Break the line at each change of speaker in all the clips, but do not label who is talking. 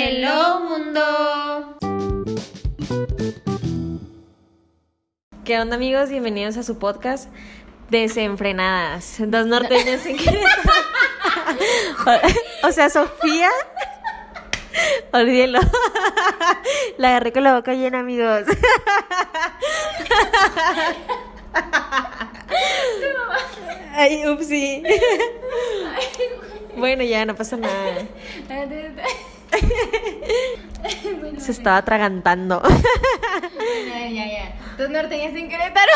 Hello mundo.
¿Qué onda amigos? Bienvenidos a su podcast Desenfrenadas. Dos norteñas en O sea, Sofía. Olvídelo. La agarré con la boca llena, amigos. Ay, upsí. Bueno, ya no pasa nada.
Bueno,
Se estaba atragantando.
ya, ya, ya. Dos norteñas en Querétaro.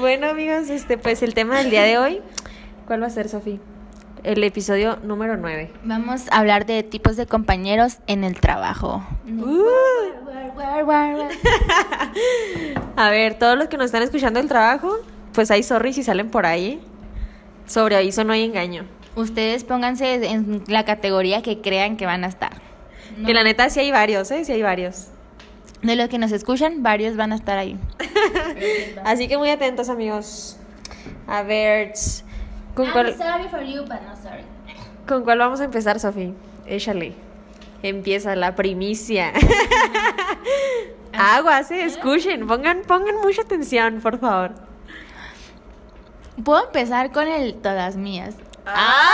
Bueno, amigos, este pues el tema del día de hoy, ¿cuál va a ser, Sofi? El episodio número 9.
Vamos a hablar de tipos de compañeros en el trabajo.
Uh, A ver, todos los que nos están escuchando del trabajo, pues hay sorry si salen por ahí. Sobre aviso no hay engaño.
Ustedes pónganse en la categoría que crean que van a estar.
Que la neta sí hay varios, ¿eh? Sí hay varios.
De los que nos escuchan, varios van a estar ahí.
Así que muy atentos, amigos. A ver, tss,
Ah,
¿con cuál,
pues,
sorry for you, but not sorry.
con cuál vamos a empezar, Sofi? Échale. Empieza la primicia. Aguas, ¿eh? Escuchen, pongan, pongan mucha atención, por favor.
Puedo empezar con el todas mías.
Ah.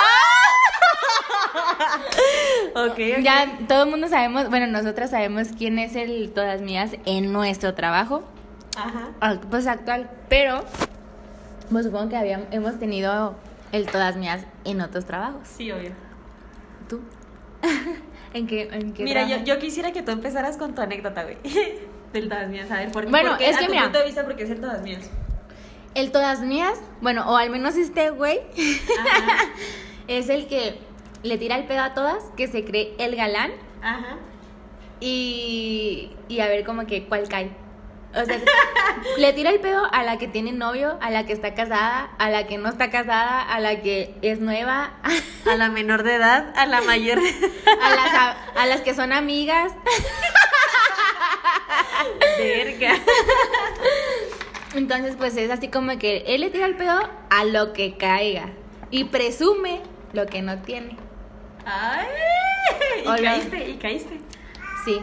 Ok, ok.
Ya todo el mundo sabemos, bueno, nosotras sabemos quién es el todas mías en nuestro trabajo.
Ajá.
Ah, Pues actual, pero pues, supongo que habíamos, hemos tenido el todas mías en otros trabajos.
Sí, obvio.
¿Tú? ¿En qué, en qué
Mira, yo,
trabajo?
yo quisiera que tú empezaras con tu anécdota, güey. Del todas mías, a ver, ¿por qué?
Bueno,
¿Por qué?
es
A
que
tu
mira.
punto de vista, porque es el todas mías.
El todas mías, bueno, o al menos este güey, es el que le tira el pedo a todas, que se cree el galán
Ajá.
y, y a ver como que cuál cae. O sea, le tira el pedo a la que tiene novio, a la que está casada, a la que no está casada, a la que es nueva,
A la menor de edad, a la mayor.
a las, a- a las que son amigas.
Verga.
Entonces, pues es así como que él le tira el pedo a lo que caiga y presume lo que no tiene.
Ay. Y
Hola.
caíste, y caíste.
Sí.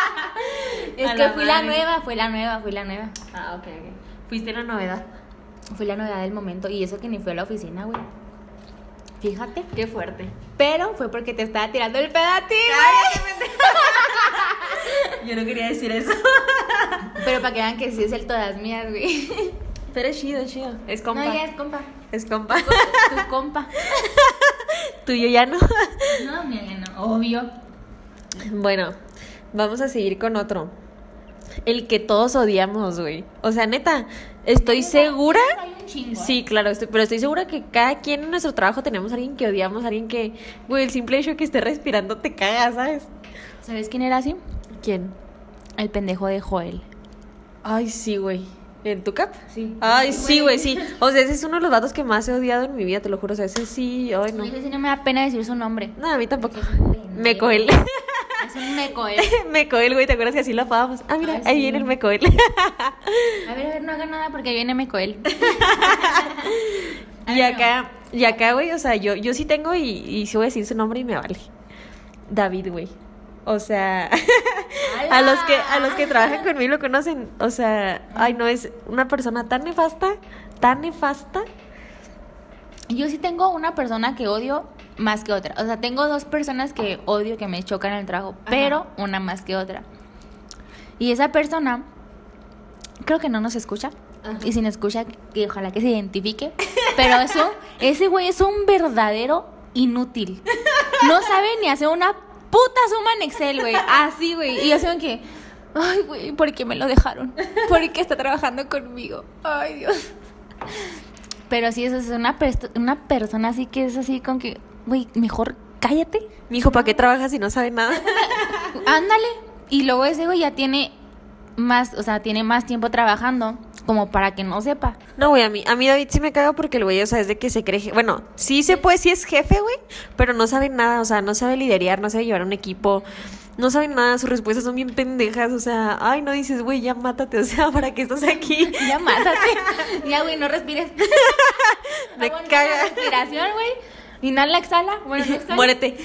es
A
que
la
fui la
madre.
nueva, fui la nueva, fui la nueva.
Ah, ok, ok. Fuiste la novedad.
Fui la novedad del momento y eso que ni fue a la oficina, güey. Fíjate.
Qué fuerte.
Pero fue porque te estaba tirando el pedo a ti,
Yo no quería decir eso.
güey. Pero para que vean que sí es el todas mías, güey.
Pero es chido, es chido. Es compa.
No, ya es compa.
Es compa.
Tu compa.
Tuyo ya no.
No, mía, ya no. Obvio.
Bueno, vamos a seguir con otro. El que todos odiamos, güey. O sea, neta, estoy segura.
Hay un chingo. ¿eh?
Sí, claro, estoy- pero estoy segura que cada quien en nuestro trabajo tenemos a alguien que odiamos, a alguien que, güey, el simple hecho de que esté respirando te caga, ¿sabes?
¿Sabes quién era así?
¿Quién?
El pendejo de Joel.
Ay, sí, güey. ¿En tu cap?
Sí.
Ay, sí, güey, sí. O sea, ese es uno de los datos que más he odiado en mi vida, te lo juro. O sea, ese sí, ay, no.
No sé Pues si no me da pena decir su nombre.
No, a mí tampoco.
Es un pendejo.
Mecoel.
Es un meco, eh.
Mecoel, güey, ¿te acuerdas que así lo apagábamos? Ah, mira,
Ay,
ahí
sí.
viene el Mecoel.
A ver, a ver, no haga nada porque viene Mecoel. Ah,
Y acá, y acá, güey, o sea, yo, yo sí tengo y, y sí voy a decir su nombre y me vale. David, güey. O sea, a los que, a los que trabajan conmigo lo conocen. O sea, ay no, es una persona tan nefasta, tan nefasta.
Yo sí tengo una persona que odio más que otra. O sea, tengo dos personas que odio que me chocan en el trabajo, pero una más que otra. Y esa persona creo que no nos escucha. Y si nos escucha, que ojalá que se identifique. Pero eso, ese güey es un verdadero inútil. No sabe ni hacer una puta suma en Excel, güey. Así, güey. Y yo sé que, ay, güey, ¿por qué me lo dejaron? ¿Por qué está trabajando conmigo? Ay, Dios. Pero sí, eso es una, pers- una persona así que es así con que, güey, mejor cállate,
Mijo, ¿para qué trabajas si no sabe nada?
ándale. Y luego ese güey ya tiene más, o sea, tiene más tiempo trabajando como para que no sepa.
No, güey, a mí, a mí David sí me caga porque el güey, o sea, es de que se cree. je- Bueno, sí se puede, sí es jefe, güey, pero no sabe nada, o sea, no sabe liderar, no sabe llevar un equipo, no sabe nada, sus respuestas son bien pendejas, o sea, ay, no dices, güey, ya mátate, o sea, ¿para qué estás aquí?
Ya mátate. ya, güey, no respires.
Me
Aguanta la
caga.
respiración, güey. Inhala, exhala. Bueno, no exhala.
Muérete.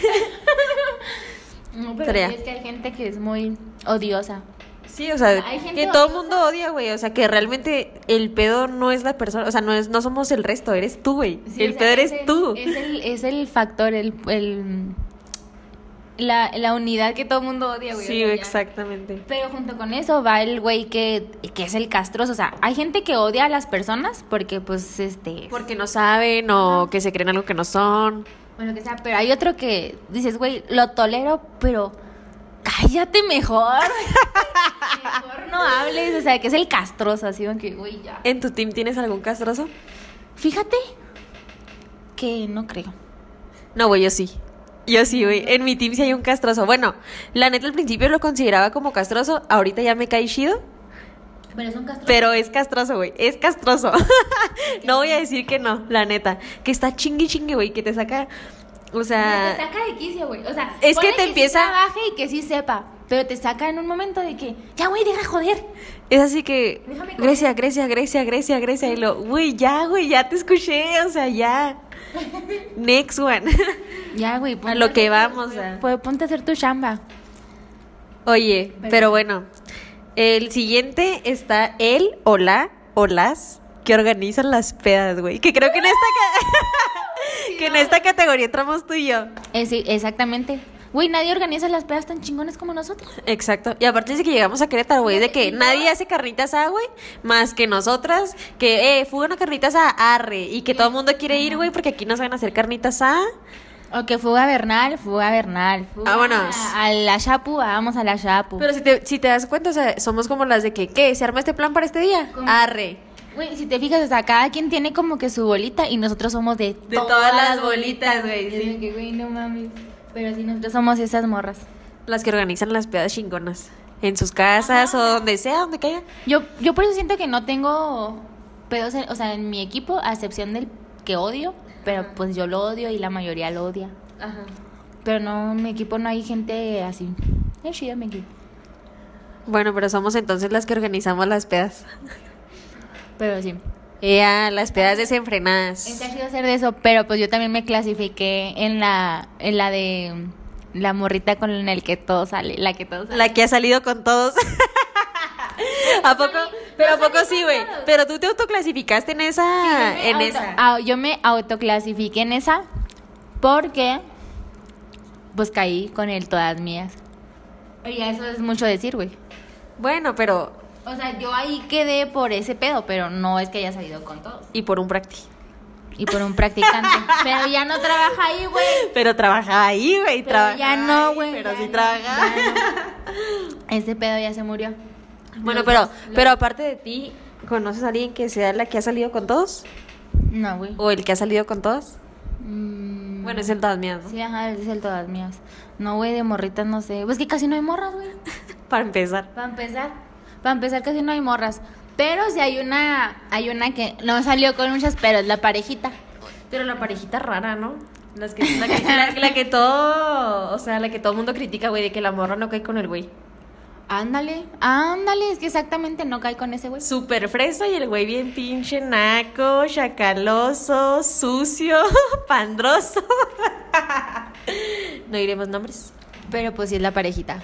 No, pero
Tarea.
sí es que hay gente que es muy odiosa.
Sí, o sea,
Hay gente
que todo el
odiosa.
mundo odia, güey. O sea, que realmente el pedo no es la persona. O sea, no, es, no somos el resto, eres tú, güey.
Sí,
el
o sea,
pedo eres
es este, el-
tú.
Es el, es el factor, el, el- la, la unidad que todo el mundo odia, güey.
Sí,
o sea, ya.
exactamente.
Pero junto con eso va el güey que, que es el castroso. O sea, hay gente que odia a las personas porque, pues, este...
Porque no saben o que se creen algo que no son.
Bueno, que sea, pero hay otro que dices, güey, lo tolero, pero cállate mejor. mejor no hables. O sea, que es el castroso, así, aunque, güey, ya.
¿En tu team tienes algún castroso?
Fíjate que no creo.
No, güey, yo sí. Yo sí, güey. En mi team sí hay un castroso. Bueno, la neta al principio lo consideraba como castroso. Ahorita ya me cae chido.
Pero es un castroso.
Pero es castroso, güey. Es castroso. no voy a decir que no, la neta. Que está chingui chingue, güey. Que te saca. O
Pero
sea.
te saca de quicio, güey. O sea,
ah, Es que
ponle
te
Sí
empieza-
trabaje y que sí sepa. Pero te saca en un momento de que, ya, güey, deja de joder.
Es así que.
Déjame comer.
Grecia, Grecia, Grecia, Grecia, Grecia. Y lo. Güey, ya, güey, ya te escuché. O sea, ya. Next one.
Ya, güey, ponte
A lo
hacer
que
tu-
vamos, a-
Pues ponte a hacer tu chamba.
Oye,
Pero-
pero bueno. El siguiente está el o la o las que organizan las pedas, güey. Que creo que en esta. ca- que en esta categoría entramos tú y yo.
Eh, sí, exactamente. Güey, nadie organiza las pedas tan chingones como nosotros.
Exacto. Y aparte dice que llegamos a Querétaro, güey, de que nadie hace carnitas asada, güey, más que nosotras, que eh, fue una carnita asada, arre, y que todo el mundo quiere ir, güey, porque aquí no saben hacer carnitas asada.
O que fuga Bernal, fuga Bernal. Fuga
Vámonos.
A, a la Chapu, vamos a la Chapu.
Pero si te, si te das cuenta, o sea, somos como las de que, ¿qué? ¿Se arma este plan para este día?
¿Cómo?
Arre.
Güey, si te fijas, o sea, cada quien tiene como que su bolita y nosotros somos de,
De todas las bolitas, güey,
Y es
sí.
de que, güey, no mames. Pero sí, nosotros somos esas morras.
Las que organizan las pedas chingonas, en sus casas o donde sea, donde caiga.
Yo, yo por eso siento que no tengo pedos, en- o sea, en mi equipo, a excepción del que odio, pero pues yo lo odio y la mayoría lo odia.
Ajá.
Pero no, en mi equipo no hay gente así. Es chida mi equipo.
Bueno, pero somos entonces las que organizamos las pedas.
Pero sí.
Ya, las pedas desenfrenadas.
Está chido hacer de eso, pero pues yo también me clasifiqué en la, en la de la morrita con el que todo sale, la que todo sale.
La que ha salido con todos. ¿A poco? Pero ¿a poco sí, güey? Pero tú te autoclasificaste en esa...
Yo me
Ah, en
auto-
esa.
au- yo me autoclasifiqué en esa porque pues caí con el todas mías. Oye, eso es mucho decir, güey.
Bueno, pero...
O sea, yo ahí quedé por ese pedo, pero no es que haya salido con todos.
Y por un practi.
Y por un practicante. pero ya no trabaja ahí, güey.
Pero trabajaba ahí, güey.
Pero
trabajaba
ya no,
ahí,
güey.
Pero
ya
sí
no,
trabajaba.
ya no. Ese pedo ya se murió.
Bueno, pero, pero aparte de ti, ¿conoces a alguien que sea la que ha salido con todos?
No, güey.
¿O el que ha salido con todos?
Mm,
Bueno, es el todas mías, ¿no?
Sí, ajá, es el todas mías. No, güey, de morritas no sé. Pues que casi no hay morras, güey.
Para empezar.
Para empezar, para empezar casi no hay morras. Pero si hay una, hay una que no salió con muchas, pero es la parejita.
Pero la parejita rara, ¿no? Las que, la, que, la- la que todo... O sea, la que todo el mundo critica, güey, de que la morra no cae con el güey.
Ándale, ándale, es que exactamente no cae con ese güey.
Súper fresa y el güey bien pinche naco, chacaloso, sucio, pandroso. No iremos nombres.
Pero pues sí es la parejita.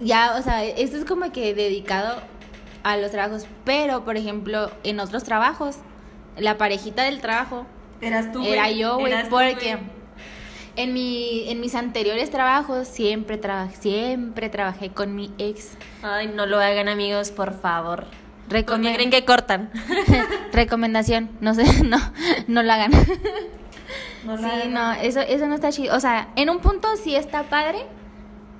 Ya, o sea, esto es como que dedicado a los trabajos. Pero, por ejemplo, en otros trabajos, la parejita del trabajo
Eras tú,
era yo, güey, porque en, mi, en mis anteriores trabajos siempre, trabajé siempre trabajé con mi ex.
Ay, no lo hagan, amigos, por favor. ¿Con qué
Recomen-
creen que cortan?
Recomendación, no sé, no, no lo hagan. sí, no, eso, eso no está chido. O sea, en un punto sí está padre,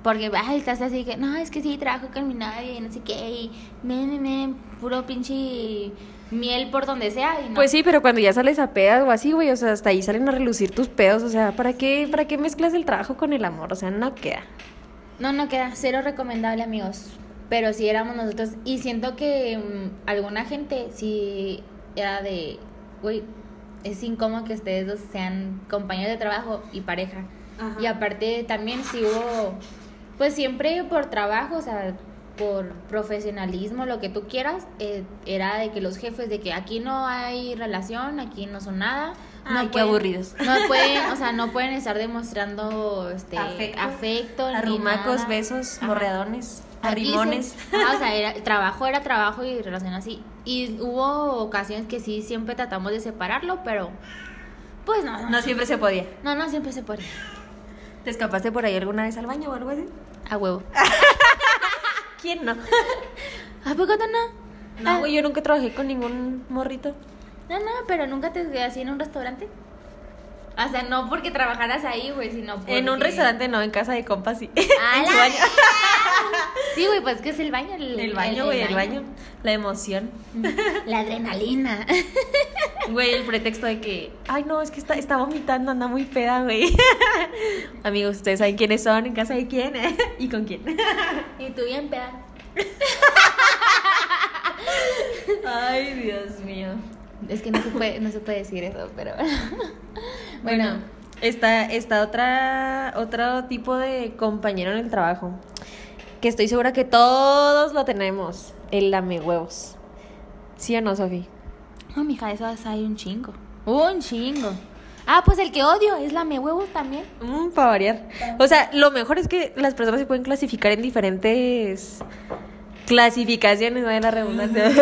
porque ay, estás así que, no, es que sí, trabajo con mi novio y no sé qué, y me, me, me, puro pinche miel por donde sea. y no.
Pues sí, pero cuando ya sales a pedas o así, güey, o sea, hasta ahí salen a relucir tus pedos, o sea, ¿para qué, ¿para qué mezclas el trabajo con el amor? O sea, no queda.
No, no queda, cero recomendable, amigos. Pero sí éramos nosotros, y siento que mm, alguna gente sí era de, güey, es incómodo que ustedes dos sean compañeros de trabajo y pareja.
Ajá.
Y aparte también sí hubo, pues siempre por trabajo, o sea, por profesionalismo, lo que tú quieras, eh, era de que los jefes, de que aquí no hay relación, aquí no son nada. no
Ay, qué
pueden-
Ah, aburridos.
No pueden, o sea, no pueden estar demostrando este
Afecto.
afecto, ni
Arrumacos,
nada.
besos,
Ajá.
morreadones,
Aquí sí.
arrimones.
Ah, o sea, era, trabajo era trabajo y relación así. Y hubo ocasiones que sí, siempre tratamos de separarlo, pero pues no, no,
No siempre se podía.
no, no siempre se puede.
¿Te escapaste por ahí alguna vez al baño o algo así?
A huevo.
¿Quién no?
¿A poco tú no? Ah,
No, güey, yo nunca trabajé con ningún morrito.
No, no, pero nunca te quedé así en un restaurante. O sea, no porque trabajaras ahí, güey, sino porque...
En un restaurante no, en casa de compas sí.
¡A
en su
la
baño.
mierda! Sí, güey, pues que es el baño. El,
El baño, güey, el baño. La emoción.
La adrenalina.
Güey, el pretexto de que, ay, no, es que está, está vomitando, anda muy peda, güey. Amigos, ustedes saben quiénes son, en casa de quién y con quién.
Y tú bien peda.
Ay, Dios mío.
Es que no se puede, no se puede decir eso, pero... bueno.
Está, está otra, otro tipo de compañero en el trabajo. Que estoy segura que todos lo tenemos. El lame huevos. ¿Sí o no, Sofi?
No, mija, eso hay un chingo. Un chingo. Ah, pues el que odio es la me huevos también.
Mm, para variar. O sea, lo mejor es que las personas se pueden clasificar en diferentes clasificaciones, vaya la redundancia.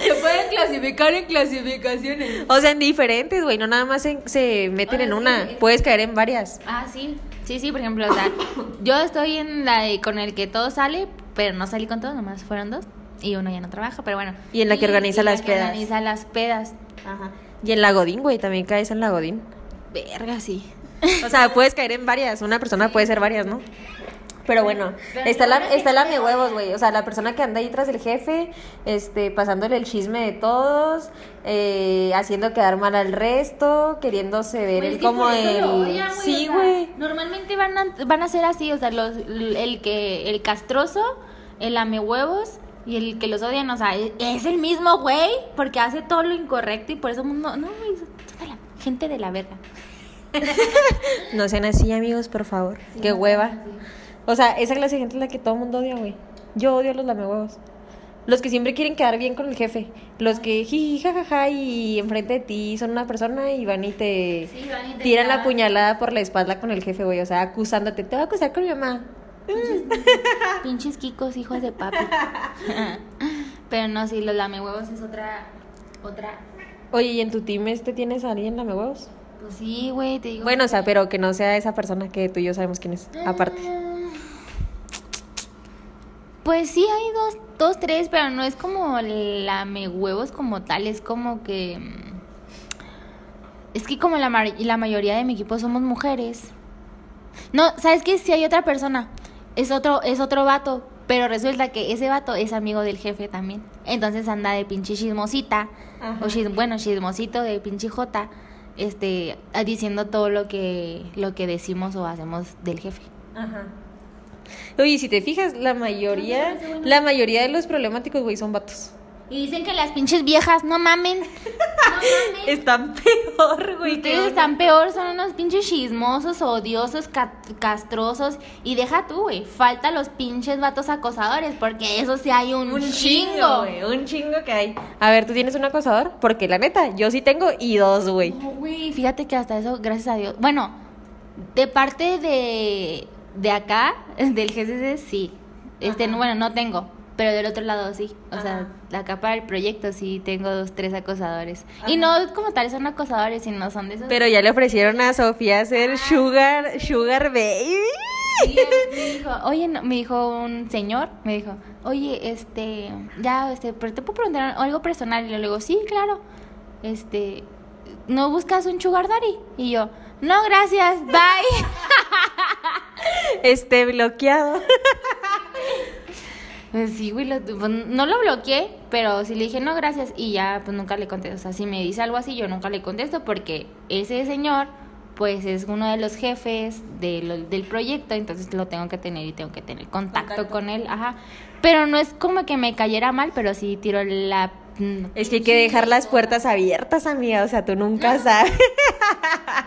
Se pueden clasificar en clasificaciones.
o sea, en diferentes, güey. No nada más en- se meten
Ahora
en
sí,
una.
es-
Puedes caer en varias.
Ah, sí. Sí, sí, por ejemplo, o sea, yo estoy en la de- con el que todo sale, pero no salí con todos, nomás fueron dos. Y uno ya no trabaja, pero bueno.
Y en la que organiza
y la
las
que
pedas.
organiza las pedas.
Ajá. Y en la Godín, güey, también caes en la Godín.
Verga, sí.
O sea, puedes caer en varias. Una persona puede ser varias, ¿no? Pero bueno, está la, está la me huevos, güey. O sea, la persona que anda ahí tras del jefe, este, pasándole el chisme de todos, eh, haciendo quedar mal al resto, queriéndose ver
Güey,
el
es que
como
Pues por eso
el.
lo odian, güey,
sí,
o sea,
güey.
Normalmente van a, van a ser así, o sea, los, el que el castroso, el amehuevos y el que los odian, o sea, e- es el mismo güey porque hace todo lo incorrecto y por eso no, no, güey, toda la gente de la verga.
No sean así, amigos, por favor. Qué hueva. O sea, esa clase de gente es la que todo el mundo odia, güey. Yo odio a los lamehuevos. Los que siempre quieren quedar bien con el jefe. Los que jiji, jajaja, y enfrente de ti son una persona y van y te
Sí, van y te
tiran la
clavan.
puñalada por la espalda con el jefe, güey. O sea, acusándote. Te voy a acusar con mi mamá.
Pinches kikos, hijos de papi. Pero no, sí, los lamehuevos es otra otra
Oye, ¿y en tu team este tienes a alguien lamehuevos?
pues sí, güey, te digo.
Bueno, o sea, pero que no sea esa persona que tú y yo sabemos quién es, aparte.
Pues sí, hay dos, dos, tres, pero no es como lame huevos como tal, es como que... mm, Es que como la, mar- la mayoría de mi equipo somos mujeres. No, ¿sabes qué? Si hay otra persona, es otro, es otro vato, pero resulta que ese vato es amigo del jefe también. Entonces anda de pinche chismosita,
Ajá.
o chis- bueno, chismosito de pinche jota, este, a- diciendo todo lo que, lo que decimos o hacemos del jefe.
Ajá. Oye, si te fijas, la mayoría, la mayoría de los problemáticos, güey, son vatos.
Y dicen que las pinches viejas, no mamen.
Están peor, güey. que
Ustedes
uno.
están peor, son unos pinches chismosos, odiosos, ca- castrosos. Y deja tú, güey. Falta los pinches vatos acosadores, porque eso sí hay un,
Un
chingo.
chingo, güey, un chingo que hay. A ver, ¿tú tienes un acosador? Porque la neta, yo sí tengo y dos, güey.
No, güey, fíjate que hasta eso, gracias a Dios. Bueno, de parte de, de acá, del GCC, sí. Este, no, bueno, no tengo, pero del otro lado sí. O sea, de acá para el proyecto sí tengo dos, tres acosadores. Y no como tal son acosadores, sino son de esos.
Pero ya le ofrecieron a Sofía hacer sugar, sugar baby.
Ah. Sí, me dijo, oye, no- me dijo un señor, me dijo, oye, este, ya, este, pero te puedo preguntar algo personal. Y yo le digo, sí, claro. Este, ¿no buscas un sugar daddy? Y yo, no, gracias, bye.
Este bloqueado.
Pues sí, güey, lo- pues, no lo bloqueé, pero sí le dije no, gracias, y ya, pues nunca le contesto. O sea, si me dice algo así, yo nunca le contesto, porque ese señor, pues es uno de los jefes de lo- del proyecto, entonces lo tengo que tener y tengo que tener contacto, con él, ajá. Pero no es como que me cayera mal, pero sí tiro la. mm,
Es que hay que dejar las puertas abiertas, amiga. O sea, tú nunca
Ah.
sabes.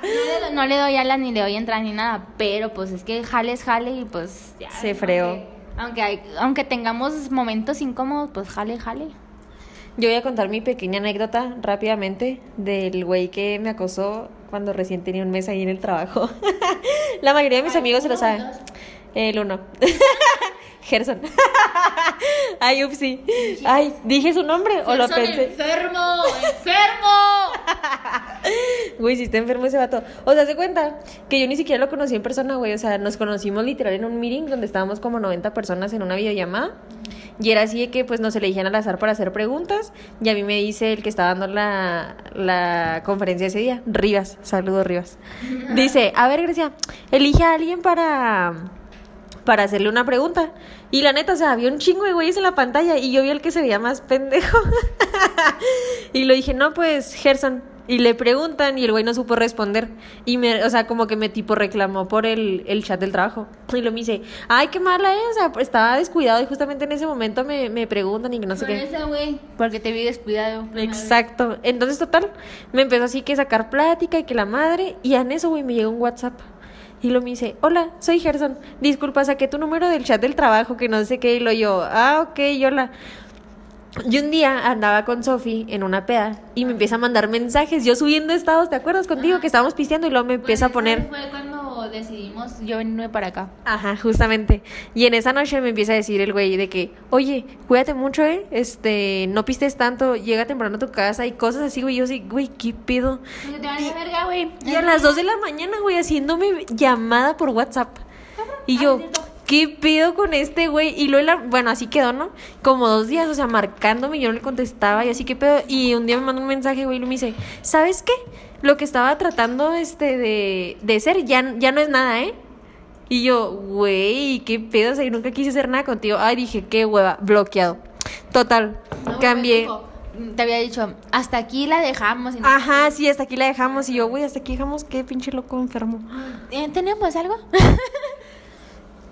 No le, do- no le doy alas, ni le doy entrada, ni nada, pero pues es que jale es jale y pues. ya,
Se freó.
Aunque, aunque, hay- aunque tengamos momentos incómodos, pues jale, jale.
Yo voy a contar mi pequeña anécdota rápidamente del güey que me acosó cuando recién tenía un mes ahí en el trabajo. La mayoría de mis amigos se lo saben. El uno. Gerson. Ay, upsí. Ay, ¿dije su nombre o lo
Gerson,
pensé?
enfermo, enfermo.
Güey, si está enfermo ese vato. O sea, se cuenta que yo ni siquiera lo conocí en persona, güey. O sea, nos conocimos literal en un meeting donde estábamos como 90 personas en una videollamada. Y era así de que pues nos elegían al azar para hacer preguntas. Y a mí me dice el que estaba dando la, la conferencia ese día, Rivas. Saludos, Rivas. Dice, a ver, Grecia, elige a alguien para para hacerle una pregunta. Y la neta, o sea, había un chingo de güeyes en la pantalla y yo vi al que se veía más pendejo. y le dije, no, pues, Gerson. Y le preguntan y el güey no supo responder. Y me, o sea, como que me tipo reclamó por el, el chat del trabajo. Y lo me dice, ay, qué mala es. O sea, estaba descuidado y justamente en ese momento me, me preguntan y que no sé
Con
qué.
esa, güey, porque te vi descuidado.
Exacto. Entonces, total, me empezó así que sacar plática y que la madre. Y en eso, güey, me llegó un WhatsApp. Y lo me dice, hola, soy Gerson. Disculpa, saqué tu número del chat del trabajo, que no sé qué. Y lo yo, ah, ok, y hola. Y un día andaba con Sofi en una peda y me empieza a mandar mensajes. Yo subiendo estados, ¿te acuerdas contigo? Que estábamos pisteando y luego me empieza a poner.
Fue cuando decidimos yo venirme para acá.
Ajá, justamente. Y en esa noche me empieza a decir el güey de que, oye, cuídate mucho, ¿eh? Este, no pistes tanto, llega temprano a tu casa y cosas así, güey. Yo así, güey, ¿qué pedo?
Porque Pues, te van a verga, güey.
Y a las 2 de la mañana, güey, haciéndome llamada por WhatsApp. Y yo, ¿qué pedo con este güey? Y luego, la- bueno, así quedó, ¿no? Como dos días, o sea, marcándome, yo no le contestaba y así, ¿qué pedo? Y un día me mandó un mensaje, güey, y me dice, ¿sabes qué? Lo que estaba tratando este de, de ser ya, ya no es nada, ¿eh? Y yo, güey, ¿qué pedo? O sea, yo nunca quise hacer nada contigo. Ay, dije, qué hueva, bloqueado. Total,
No,
cambié.
tipo, Te había dicho, hasta aquí la dejamos. y no-
Ajá, sí, hasta aquí la dejamos. Y yo, güey, hasta aquí dejamos, qué pinche loco enfermo.
Eh, ¿Tenemos algo?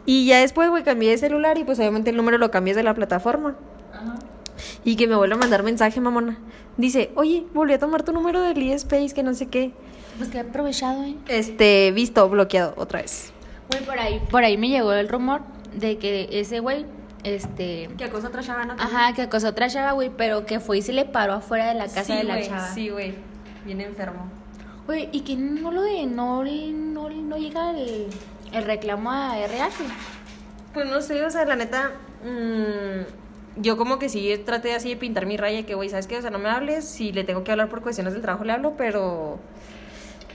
Y ya después, güey, cambié de celular y pues obviamente el número lo cambias de la plataforma. Y que me vuelve a mandar mensaje, mamona. Dice, oye, volví a tomar tu número del eSpace, que no sé qué.
Pues que he aprovechado, ¿eh?
Este, visto, bloqueado otra vez.
Güey, por ahí. Por ahí me llegó el rumor de que ese güey, este.
¿Qué cosa otra chava no?
Ajá, que acosó a otra chava, güey, pero que fue y se le paró afuera de la casa de la chava.
güey. Bien enfermo.
Güey, y que no lo de. No, no, no llega el, el reclamo a RH.
Pues no sé, o sea, la neta, mm, yo como que sí traté así de pintar mi raya, que güey, ¿sabes qué? O sea, no me hables, si le tengo que hablar por cuestiones del trabajo le hablo, pero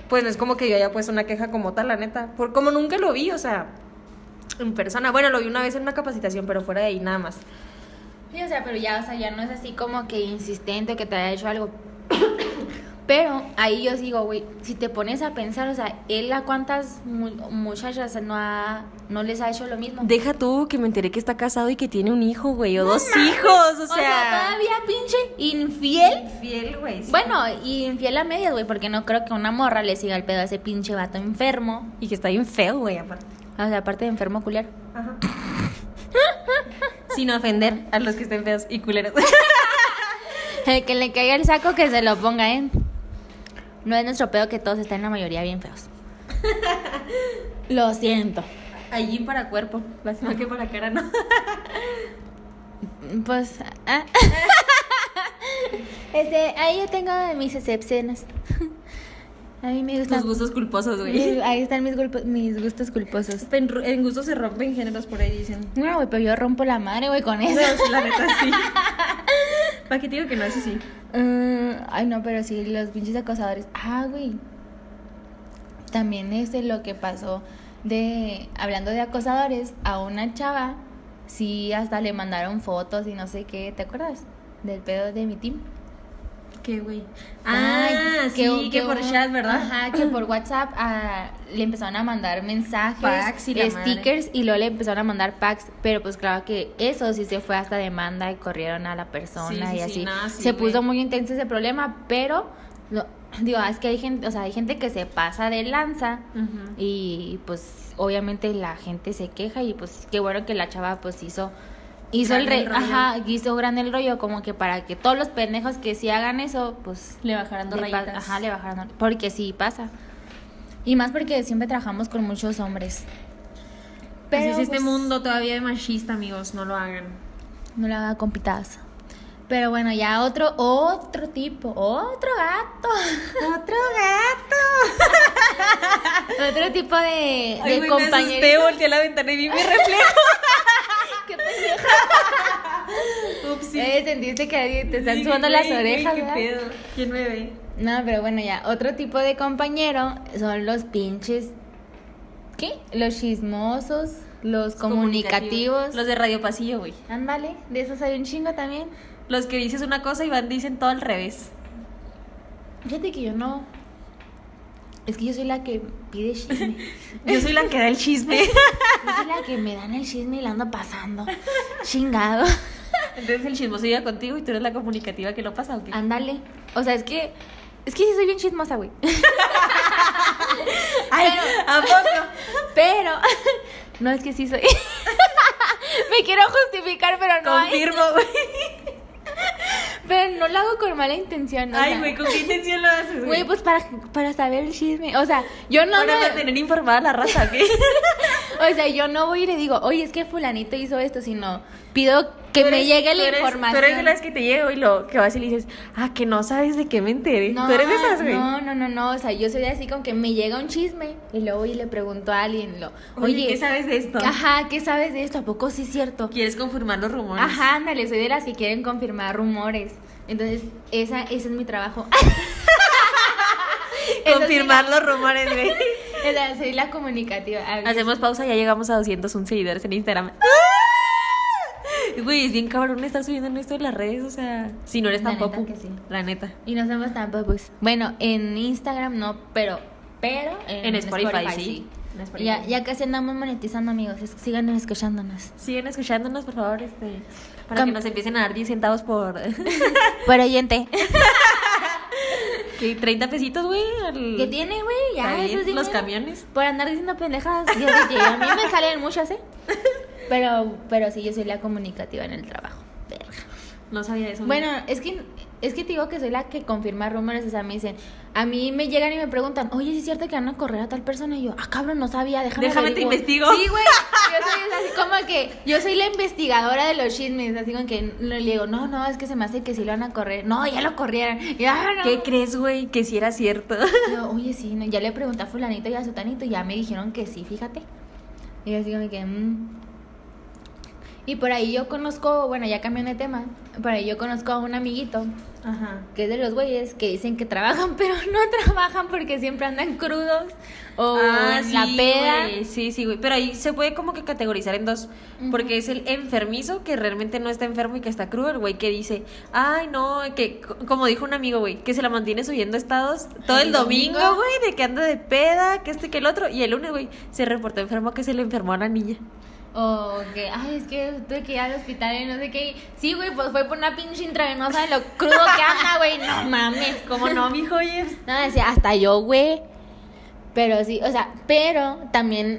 pues no es como que yo haya puesto una queja como tal, la neta, por como nunca lo vi, o sea, en persona, bueno, lo vi una vez en una capacitación, pero fuera de ahí nada más.
Sí, o sea, pero ya, o sea, ya no es así como que insistente o que te haya hecho algo. Pero ahí yo digo, güey, si te pones a pensar, o sea, él a cuántas mu- muchachas no ha, no les ha hecho lo mismo.
Deja tú que me enteré que está casado y que tiene un hijo, güey, o dos hijos, o sea...
todavía pinche infiel.
Fiel, güey. sí.
Bueno, y infiel a medias, güey, porque no creo que una morra le siga el pedo a ese pinche vato enfermo.
Y que está bien feo, güey, aparte.
O sea, aparte de enfermo culiar.
Ajá. Sin ofender a los que estén feos y culeros.
El que le caiga el saco que se lo ponga, ¿eh? No es nuestro pedo que todos están la mayoría bien feos. Lo siento.
Allí para cuerpo, lástima que para cara no.
Pues. ah. este, ahí yo tengo mis excepciones. A mí me gustan.
Los gustos culposos, güey.
mis- Ahí están mis, gulpo- mis gustos culposos.
En, ru- en gustos se rompen géneros por ahí, dicen.
No, güey, pero yo rompo la madre, güey, con eso.
No, la neta sí. ¿Para qué te digo que no es así?
Mm, ay, no, pero sí, los pinches acosadores. Ah, güey. También es de lo que pasó de. Hablando de acosadores, a una chava, sí, hasta le mandaron fotos y no sé qué. ¿Te acuerdas? Del pedo de mi team.
¿Qué, güey?
Ay,
Ah, sí, que por
hubo-
chat, ¿verdad?
Ajá, que por WhatsApp ah, le empezaron a mandar mensajes,
Packs y la madre.
Pues, stickers y luego le empezaron a mandar packs, pero pues claro que eso sí se fue hasta demanda y corrieron a la persona
Sí, sí,
y
sí,
así.
nada, sí,
se puso
güey.
muy intenso ese problema, pero lo- digo, es que hay gente, o sea, hay gente que se pasa de lanza
Ujú.
y pues obviamente la gente se queja y pues qué bueno que la chava pues hizo hizo el
Grande
rey,
el rollo.
ajá, hizo grande el rollo como que para que todos los pendejos que sí hagan eso, pues
Le bajaran dos
le pa-
rayitas.
Ajá, le bajaron, porque sí pasa. Y más porque siempre trabajamos con muchos hombres.
así es este
pues,
mundo todavía de machista, amigos, no lo hagan.
No la haga compitadas. Pero bueno, ya otro, otro tipo, otro gato.
Otro gato.
Otro tipo de, de
Ay, güey, me asusté,
compañerito.
volteé a la ventana y vi mi reflejo.
Qué pendeja.
Upsi.
Eh, sentiste que te están
Sí,
sudando
güey,
las
güey,
orejas,
qué
¿verdad?
pedo. ¿Quién me ve?
No, pero bueno, ya, otro tipo de compañero son los pinches. ¿Qué? Los chismosos, los comunicativos.
Los de Radio Pasillo, güey.
Ándale, de esos hay un chingo también.
Los que dices una cosa y van dicen todo al revés.
Fíjate que yo no. Es que yo soy la que pide chisme.
Yo soy la que da el chisme.
Yo soy la que me dan el chisme y la ando pasando. Chingado.
Entonces el chismoso llega contigo y tú eres la comunicativa que lo pasa, ¿o qué?
Ándale. O sea, es que. Es que sí soy bien chismosa, güey.
Ay, ¿a poco?
Pero. No es que sí soy. Me quiero justificar, pero no hay.
Confirmo, güey.
Pero no lo hago con mala intención, o
Ay,
sea,
güey, ¿con qué intención lo haces, güey?
Güey, pues para, para saber el chisme. O sea, yo no.
Para
me-
mantener informada a la raza, ¿ok?
o sea, yo no voy y le digo, oye, es que Fulanito hizo esto, sino pido que
Tú
me
eres-
llegue
tú
la
eres-
información.
Tú eres de las que te llega y lo que vas y le dices, ah, que no sabes de qué me enteré.
No,
tú eres de esas, güey.
no, no, no, no, o sea, yo soy así con que me llega un chisme y luego y le pregunto a alguien, lo,
Oye,
oye,
¿qué sabes de esto?
Ajá, ¿qué sabes de esto? ¿A poco sí es cierto?
¿Quieres confirmar los rumores?
Ajá, ándale, soy de las que quieren confirmar rumores. Entonces, esa, ese es mi trabajo. Esa es mi-
Confirmar los rumores, güey.
o sea, soy la comunicativa. A ver,
Hacemos pausa, ya llegamos a 201 seguidores en Instagram. Güey, es bien cabrón estar subiendo en esto en las redes, o sea, si no eres
La
tan
neta
popu,
que sí.
la neta.
Y no somos tan popus. pues. Bueno, en Instagram no, pero pero
En Spotify, sí. En Spotify.
Ya, ya casi andamos monetizando, amigos. Es- Sigan escuchándonos.
Siguen escuchándonos, por favor, este, para
Cam-
que nos empiecen a dar 10 centavos por
Por oyente.
¿qué? 30 pesitos, güey. al-
¿Qué tiene, güey?
Está
Ya,
bien,
eso es
los
dinero.
camiones.
Por andar diciendo pendejadas. Yo dije, a mí me salen muchas, ¿eh? Pero, pero sí, yo soy la comunicativa en el trabajo. Verga.
No sabía eso.
Bueno, es que es que te digo que soy la que confirma rumores, o sea, me dicen, a mí me llegan y me preguntan, oye, ¿sí es cierto que van a correr a tal persona? Y yo, ah, cabrón, no sabía, déjame
Déjame te
averiguo".
investigo.
Sí, güey, yo soy así como que, yo soy la investigadora de los chismes, así como que no- le digo, no, no, es que se me hace que sí lo van a correr, no, ya lo corrieron, y yo, "Ah, no".
¿Qué crees, güey? Que si era cierto.
Y yo, oye, sí, no, ya le pregunté a fulanito y a sutanito y ya me dijeron que sí, fíjate. Y yo así como que... mm. Y por ahí yo conozco, bueno, ya cambié de tema, por ahí yo conozco a un amiguito
Ajá.
que es de los güeyes que dicen que trabajan, pero no trabajan porque siempre andan crudos o
ah,
en
sí,
la peda.
güey. Sí, sí, güey. Pero ahí se puede como que categorizar en dos. Porque es el enfermizo que realmente no está enfermo y que está cruel, güey, que dice, ay, no, que co- como dijo un amigo, güey, que se la mantiene subiendo estados todo el,
El
domingo,
domingo.
güey, de que anda de peda, que este, que el otro. Y el lunes, güey, se reportó enfermo que se le enfermó a la niña.
O que, ay, es que tuve que ir al hospital y no sé qué. Sí, güey, pues fue por una pinche intravenosa de lo crudo que anda, güey. No pues, mames.
Como no, mijo, oye.
No, decía, hasta yo, güey. Pero sí, o sea, pero también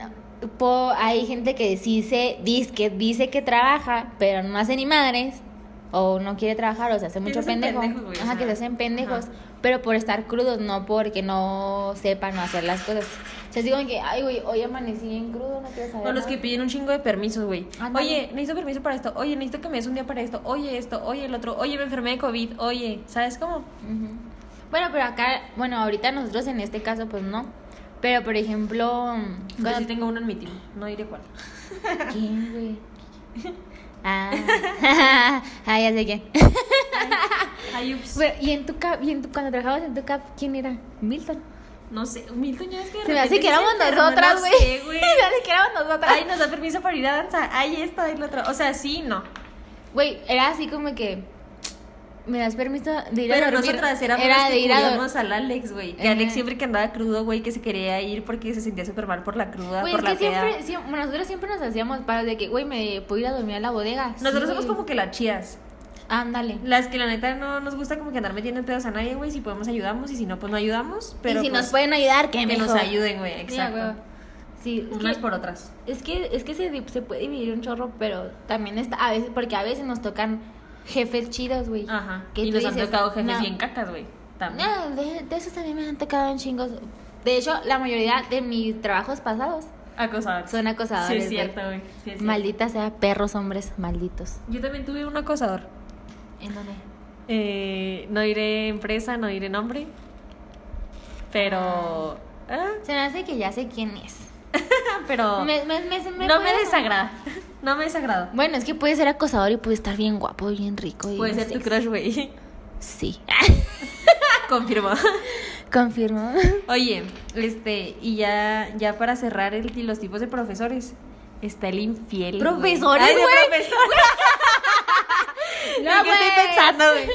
po- hay gente que sí se dice que, dice que trabaja, pero no hace ni madres. O no quiere trabajar, o sea, hace
Que
mucho
se hacen
pendejo.
pendejos, güey,
Ajá,
ajá.
que se hacen pendejos.
Ajá.
Pero por estar crudos, no porque no sepan no hacer las cosas. O sea, digo que, ay, güey, hoy amanecí bien crudo, no quiero saber.
O los que
nada".
piden un chingo de permisos, güey.
Ándale.
Oye, necesito permiso para esto. Oye, necesito que me des un día para esto. Oye, esto. Oye, el otro. Oye, me enfermé de COVID. Oye, ¿sabes cómo?
Ujú. Bueno, pero acá, bueno, ahorita nosotros en este caso, pues no. Pero por ejemplo,
Yo
cuando
Pues, sí tengo uno en mi team. No diré cuál.
¿Quién, güey? Ah, ah, ya sé quién. Bueno,
Ay, ups.
y en tu cap, y en tu, cuando trabajabas en tu cap, ¿quién era? Milton.
No sé, Milton ya es que de
Se me hace
repente
que éramos
se enferma,
nosotras,
no
güey.
sé, güey.
Se me hace que éramos nosotras.
Ay, nos da permiso para ir a danza. Ay, esto, ay, lo otro. O sea, sí, no.
Güey, era así como que. ¿Me das permiso de ir a
Pero
dormir?
nosotras éramos
Era
las
de
que
ir a dor-
cuidábamos al Alex, güey. Que
Ajá.
Alex siempre que andaba crudo, güey, que se quería ir porque se sentía súper mal por la cruda,
Güey,
por
es
la
que siempre,
peda.
siempre- bueno, nosotros siempre nos hacíamos paros de que, güey, me puedo ir a dormir a la bodega.
Nosotros somos como que las chías.
Ándale.
Las que la neta no nos gusta como que andar metiendo pedos a nadie, güey. Si podemos ayudamos y si no, pues no ayudamos. Pero
y si
pues,
nos pueden ayudar, que,
que nos
mejor.
ayuden, güey.
Mira,
Exacto.
güey. Sí, es
Unas
que-
por otras.
Es que, es que se, di- se puede dividir un chorro, pero también está, a veces, porque a veces nos tocan jefes chidos, güey.
Ajá.
Que
Y
tú
nos han
dices,
tocado jefes
"No,
bien cacas, güey. También.
No, de, de esos también me han tocado en chingos. De hecho, la mayoría de mis trabajos pasados
Acosadores.
son acosadores.
Sí, es
güey.
cierto, güey. Sí, es cierto.
Maldita sea, perros hombres malditos.
Yo también tuve un acosador.
¿En dónde?
Eh, no diré empresa, no diré nombre. Pero. ah,
Se me hace que ya sé quién es.
pero.
Me- me- me- me
Oh. no me
puedes-
desagrada. No me desagrada.
Bueno, es que puede ser acosador y puede estar bien guapo, bien rico. y
Puede
bien
ser tu
sexy.
crush, güey.
Sí.
Confirmo.
Confirmo.
Oye, este, y ya, ya para cerrar el, y los tipos de profesores, está el infiel. güey.
¿Profesores,
Ay, de
güey?
profesor.
No,
¿En qué estoy
güey.
pensando, güey?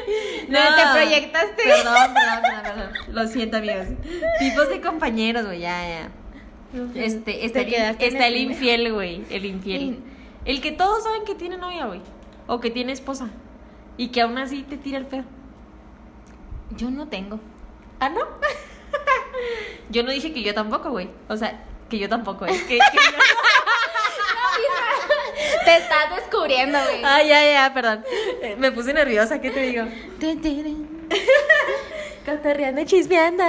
No, te proyectaste.
Perdón, perdón, perdón, perdón. Lo siento, amigos. Tipos de compañeros, güey, ya, ya. Este, está,
Te
el,
quedaste en
está
el
el
primero.
infiel, güey. El infiel. El que todos saben que tiene novia, güey. O que tiene esposa. Y que aún así te tira el pedo.
Yo no tengo.
Ah, no. yo no dije que yo tampoco, güey. O sea, que yo tampoco, ¿eh? es que, que yo-
Te estás descubriendo, güey.
Ay, Ah, ya, ya, perdón. Eh, Me puse nerviosa, ¿qué te digo?
Tun, turun,
Cotorreando, chismeando.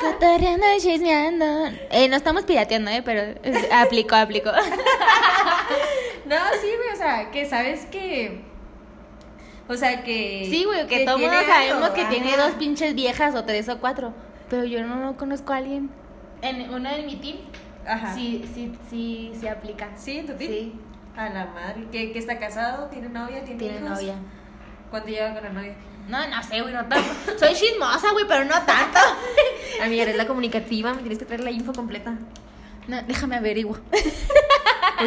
Cotorreando, chismeando. Eh, no estamos pirateando, ¿eh? Pero eh, aplico, aplico.
No, sí, güey, o sea, que sabes que... O sea, que...
Sí, güey, que, todos
tiene
sabemos
algo,
que tiene
ajá.
dos pinches viejas o tres o cuatro. Pero yo no, no conozco a alguien. En uno de mi team,
Ajá. Sí.
sí, sí, sí aplica.
¿Sí? ¿En tu team?
Sí,
A la madre. ¿Que, que está casado? ¿Tiene novia? ¿Tiene,
tiene
hijos?
novia.
¿Cuánto lleva con la novia?
No, no sé, güey, no tanto. Soy chismosa, güey, pero no tanto.
Amiga, eres la comunicativa, me tienes que traer la info completa.
No, déjame averiguo.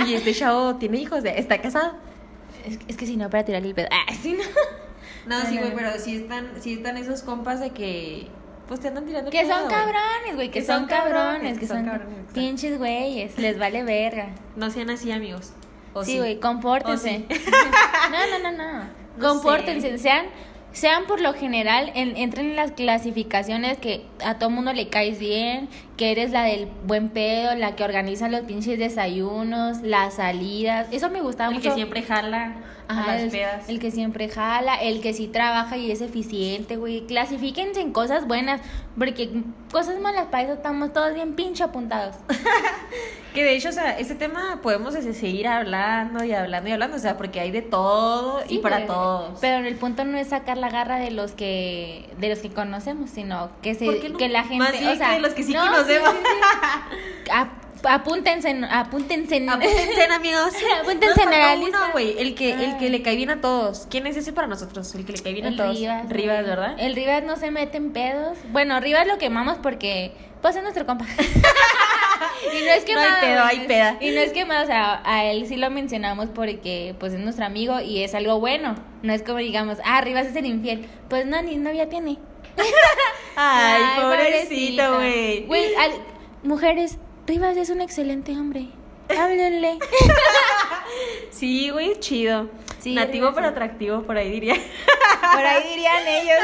Oye, este chavo tiene hijos, está casado.
Es, es que si no, para tirarle el pedo. Ah, si no.
No,
No,
sí,
no,
güey,
no.
pero sí están, sí están esos compas de que pues te andan tirando el
Que
pedo,
son
güey.
cabrones, güey, que,
Que
son
son cabrones,
cabrones, que son
cabrones, exacto.
pinches güeyes, les vale verga.
No sean así, amigos. O
sí, güey, compórtense.
O
No, no, no, no.
No
compórtense, sean sean por lo general, en- entren en las clasificaciones que a todo mundo le caes bien, que eres la del buen pedo, la que organiza los pinches desayunos, las salidas. Eso me gustaba
El
mucho.
que siempre jala
Ajá,
a las
el,
pedas.
el que siempre jala, el que sí trabaja y es eficiente, güey. Clasifíquense en cosas buenas, porque cosas malas para eso estamos todos bien pinche apuntados.
Que de hecho, o sea, este tema podemos ese, seguir hablando y hablando y hablando, o sea, porque hay de todo y
Sí,
para
güey.
todos.
Pero el punto no es sacar la garra de los que de los que conocemos, sino que
¿Por
se
qué no?
que la gente,
Más bien
o sea,
que los que sí
no,
conocemos.
sí. Ap- apúntense, en- apúntense, en-
Apúntense, Ah, amigos.
Apúntense en
Nos
la
falta uno,
lista.
güey, el que, el que
Ah.
le cae bien a todos. ¿Quién es ese para nosotros? El que le cae bien a todos.
Rivas,
Rivas,
güey. Eh,
¿verdad?
El Rivas no se mete en pedos. Bueno, Rivas lo quemamos porque pues es nuestro compa. y no es
No hay
quemado.
pedo,
güey.
hay peda.
Y no es quemado, o sea, a él sí lo mencionamos porque pues es nuestro amigo y es algo bueno. No es como digamos, ah, Rivas es el infiel. Pues no, ni novia tiene.
Ay, pobrecito,
pobrecito.
güey.
Güey, al- mujeres, Rivas es un excelente hombre. Háblenle.
Sí, güey, chido.
Sí,
Nativo
Rivas,
pero
sí.
atractivo, por ahí diría.
Por ahí dirían ellos.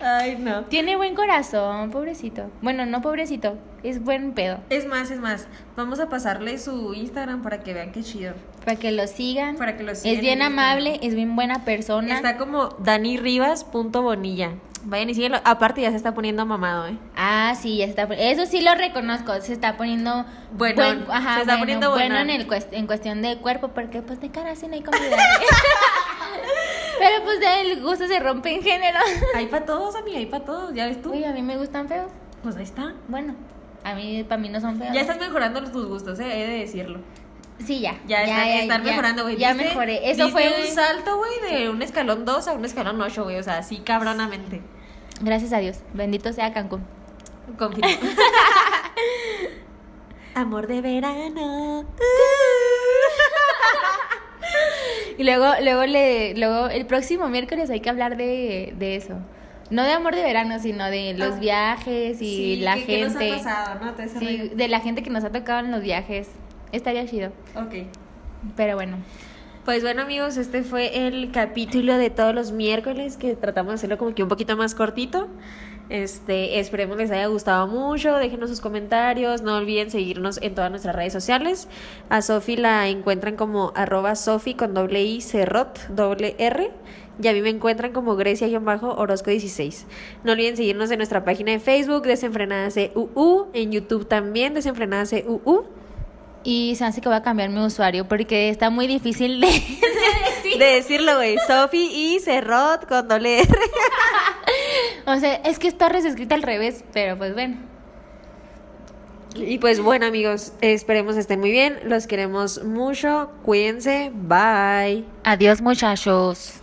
Ay, no.
Tiene buen corazón, pobrecito. Bueno, no pobrecito, es buen pedo.
Es más, es más. Vamos a pasarle su Instagram para que vean qué chido.
Para que lo sigan.
Para que lo sigan
Es bien
en Instagram.
amable, es bien buena persona.
Está como danirivas.bonilla. Vayan y síguelo. Aparte ya se está poniendo mamado, ¿eh?
Ah, sí, ya está. Eso sí lo reconozco. Se está poniendo.
Bueno,
ajá,
se está poniendo
bueno.
buenón.
en, el cuest- en cuestión de cuerpo, porque pues de cara sí no hay comida. Pero pues del gusto se rompe en género.
Hay para todos, amiga, hay para todos. ¿Ya ves tú?
Uy, a mí me gustan feos.
Pues ahí está.
Bueno, a mí, para mí no son feos.
Ya estás mejorando tus gustos, ¿eh? He de decirlo.
Sí, ya.
Ya, está, están
ya.
mejorando, güey.
Ya
¿Viste?
mejoré. Eso
¿Viste
fue.
un salto, güey, de un escalón 2 a un escalón 8, güey. O sea, así cabronamente.
Gracias a Dios. Bendito sea Cancún.
Confirmo. Amor de verano.
Y luego, luego le, luego el próximo miércoles hay que hablar de, de eso. No de amor de verano, sino de los
Ah.
viajes y la
¿qué- qué nos ha
gente.
pasado, no? Todo ese
sí,
rollo.
de la gente que nos ha tocado en los viajes. Estaría chido.
Ok.
Pero bueno.
Pues bueno amigos, este fue el capítulo de todos los miércoles que tratamos de hacerlo como que un poquito más cortito. Este, esperemos les haya gustado mucho, déjenos sus comentarios, no olviden seguirnos en todas nuestras redes sociales. A Sofi la encuentran como arroba Sofi con doble I Cerrot, doble R. Y a mí me encuentran como Grecia-Orozco16. No olviden seguirnos en nuestra página de Facebook, Desenfrenadas CUU, en YouTube también, Desenfrenadas CUU.
Y se hace que voy a cambiar mi usuario porque está muy difícil de, de decir.
de decirlo, güey. Sofi y Cerrot con doble R.
O sea, es que está escrita al revés, pero pues bueno.
Y pues bueno, amigos, esperemos estén muy bien. Los queremos mucho. Cuídense. Bye.
Adiós, muchachos.